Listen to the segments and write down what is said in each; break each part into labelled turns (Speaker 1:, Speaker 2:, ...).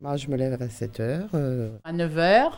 Speaker 1: Moi, je me lève à 7 heures. euh,
Speaker 2: À 9h,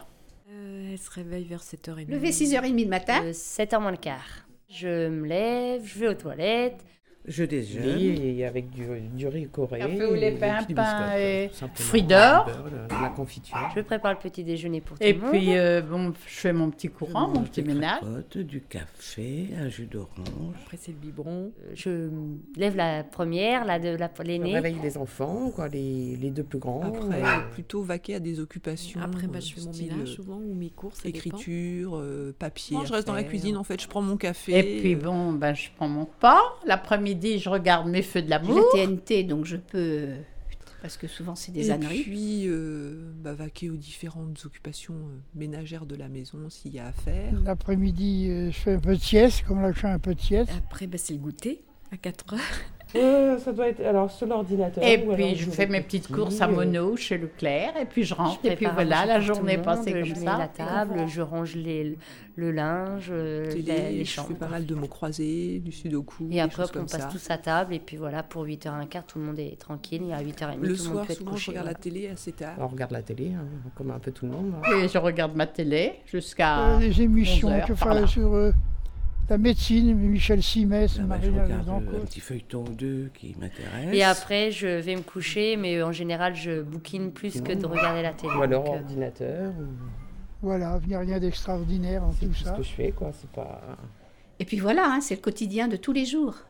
Speaker 3: Euh, elle se réveille vers 7h30.
Speaker 4: Levé 6h30 le
Speaker 2: Hein
Speaker 4: matin.
Speaker 5: 7h moins le quart. Je me lève, je vais aux toilettes.
Speaker 1: je déjeune et avec du, du riz coréen.
Speaker 2: Café au lait,
Speaker 1: et des
Speaker 2: pain,
Speaker 1: petits
Speaker 2: pain
Speaker 1: biscottes,
Speaker 2: et
Speaker 1: euh, simplement,
Speaker 2: fruits d'or. Ah,
Speaker 1: le beurre, le- La confiture.
Speaker 5: Je prépare le petit déjeuner pour tout
Speaker 2: et
Speaker 5: le monde.
Speaker 2: puis euh, bon, je fais mon petit courant, mon
Speaker 1: Des
Speaker 2: petit ménage.
Speaker 1: cracottes, Du café, un jus d'orange.
Speaker 3: Après, c'est le biberon.
Speaker 5: Euh, Je me lève la première, la de la
Speaker 1: Je
Speaker 5: l'aînée.
Speaker 1: réveille les enfants, quoi, les, les deux plus grands.
Speaker 6: Après,
Speaker 1: euh,
Speaker 6: plutôt vaquer à des occupations.
Speaker 3: Après, bah,
Speaker 6: euh,
Speaker 3: je fais mon
Speaker 6: style,
Speaker 3: ménage
Speaker 6: euh,
Speaker 3: souvent ou mes courses. ça dépend.
Speaker 6: Écriture, euh, papier. hein.
Speaker 3: Moi,
Speaker 6: je reste dans la
Speaker 3: faire.
Speaker 6: cuisine en fait, je prends mon café.
Speaker 2: Et puis bon, ben, je prends mon pas. L'après-midi, je regarde mes feux de
Speaker 4: J'ai la
Speaker 2: l'amour.
Speaker 4: TNT, donc je peux. Parce que souvent, c'est des
Speaker 6: et
Speaker 4: âneries.
Speaker 6: puis euh, bah, vaquer aux différentes occupations euh, ménagères de la maison s'il y a à faire.
Speaker 7: L'après-midi, euh, je fais un peu de sieste, comme là je fais un peu de sieste.
Speaker 3: Après, bah, c'est le goûter à 4h.
Speaker 1: euh, ça doit être alors sur l'ordinateur.
Speaker 2: Et
Speaker 1: ou
Speaker 2: puis
Speaker 1: alors
Speaker 2: je
Speaker 1: sur
Speaker 2: fais
Speaker 1: le
Speaker 2: mes
Speaker 1: petit,
Speaker 2: petites courses à
Speaker 1: euh,
Speaker 2: Mono chez Leclerc. Et puis je rentre.
Speaker 5: Je
Speaker 2: et puis
Speaker 5: prépare à
Speaker 2: voilà,
Speaker 5: manger
Speaker 2: la
Speaker 5: pour tout
Speaker 2: journée est
Speaker 5: le
Speaker 2: passée
Speaker 5: monde,
Speaker 2: comme
Speaker 5: je mets
Speaker 2: ça.
Speaker 5: la table, je range les, le linge, euh,
Speaker 6: Télé,
Speaker 5: la- les
Speaker 6: je
Speaker 5: chambres.
Speaker 6: fais pas mal de mots croisés, du sudoku,
Speaker 5: Et
Speaker 6: des
Speaker 5: après,
Speaker 6: choses
Speaker 5: hop, on
Speaker 6: comme
Speaker 5: passe
Speaker 6: ça.
Speaker 5: tous à table. Et puis voilà, pour 8h15, tout le monde est tranquille. Et à 8h30,
Speaker 6: Le
Speaker 5: tout le monde
Speaker 6: soir,
Speaker 5: peut être
Speaker 6: souvent, je
Speaker 5: couché.
Speaker 6: regarde
Speaker 5: voilà.
Speaker 6: la télé assez tard.
Speaker 1: On regarde la télé, hein, comme un peu tout le monde. hein.
Speaker 2: Et je regarde ma télé jusqu'à.
Speaker 7: Euh, les émissions
Speaker 2: 11 Ah, heures,
Speaker 7: que
Speaker 2: par là.
Speaker 7: fais sur euh, la médecine, Michel Simès,
Speaker 8: Là-bas, je
Speaker 7: Marie
Speaker 8: regarde
Speaker 7: Lavezan,
Speaker 8: euh,
Speaker 7: quoi.
Speaker 8: un petit feuilleton ou deux qui m'intéresse.
Speaker 5: Et après, je vais me coucher, mais en général, je bouquine plus que de regarder la télé.
Speaker 1: Ou alors
Speaker 5: Donc, euh,
Speaker 1: ordinateur. ou-
Speaker 7: Voilà, il n'y a rien d'extraordinaire en
Speaker 1: C'est
Speaker 7: tout
Speaker 1: ce
Speaker 7: ça.
Speaker 1: que je fais, quoi. C'est pas.
Speaker 4: Et puis voilà, hein, c'est le quotidien de tous les jours.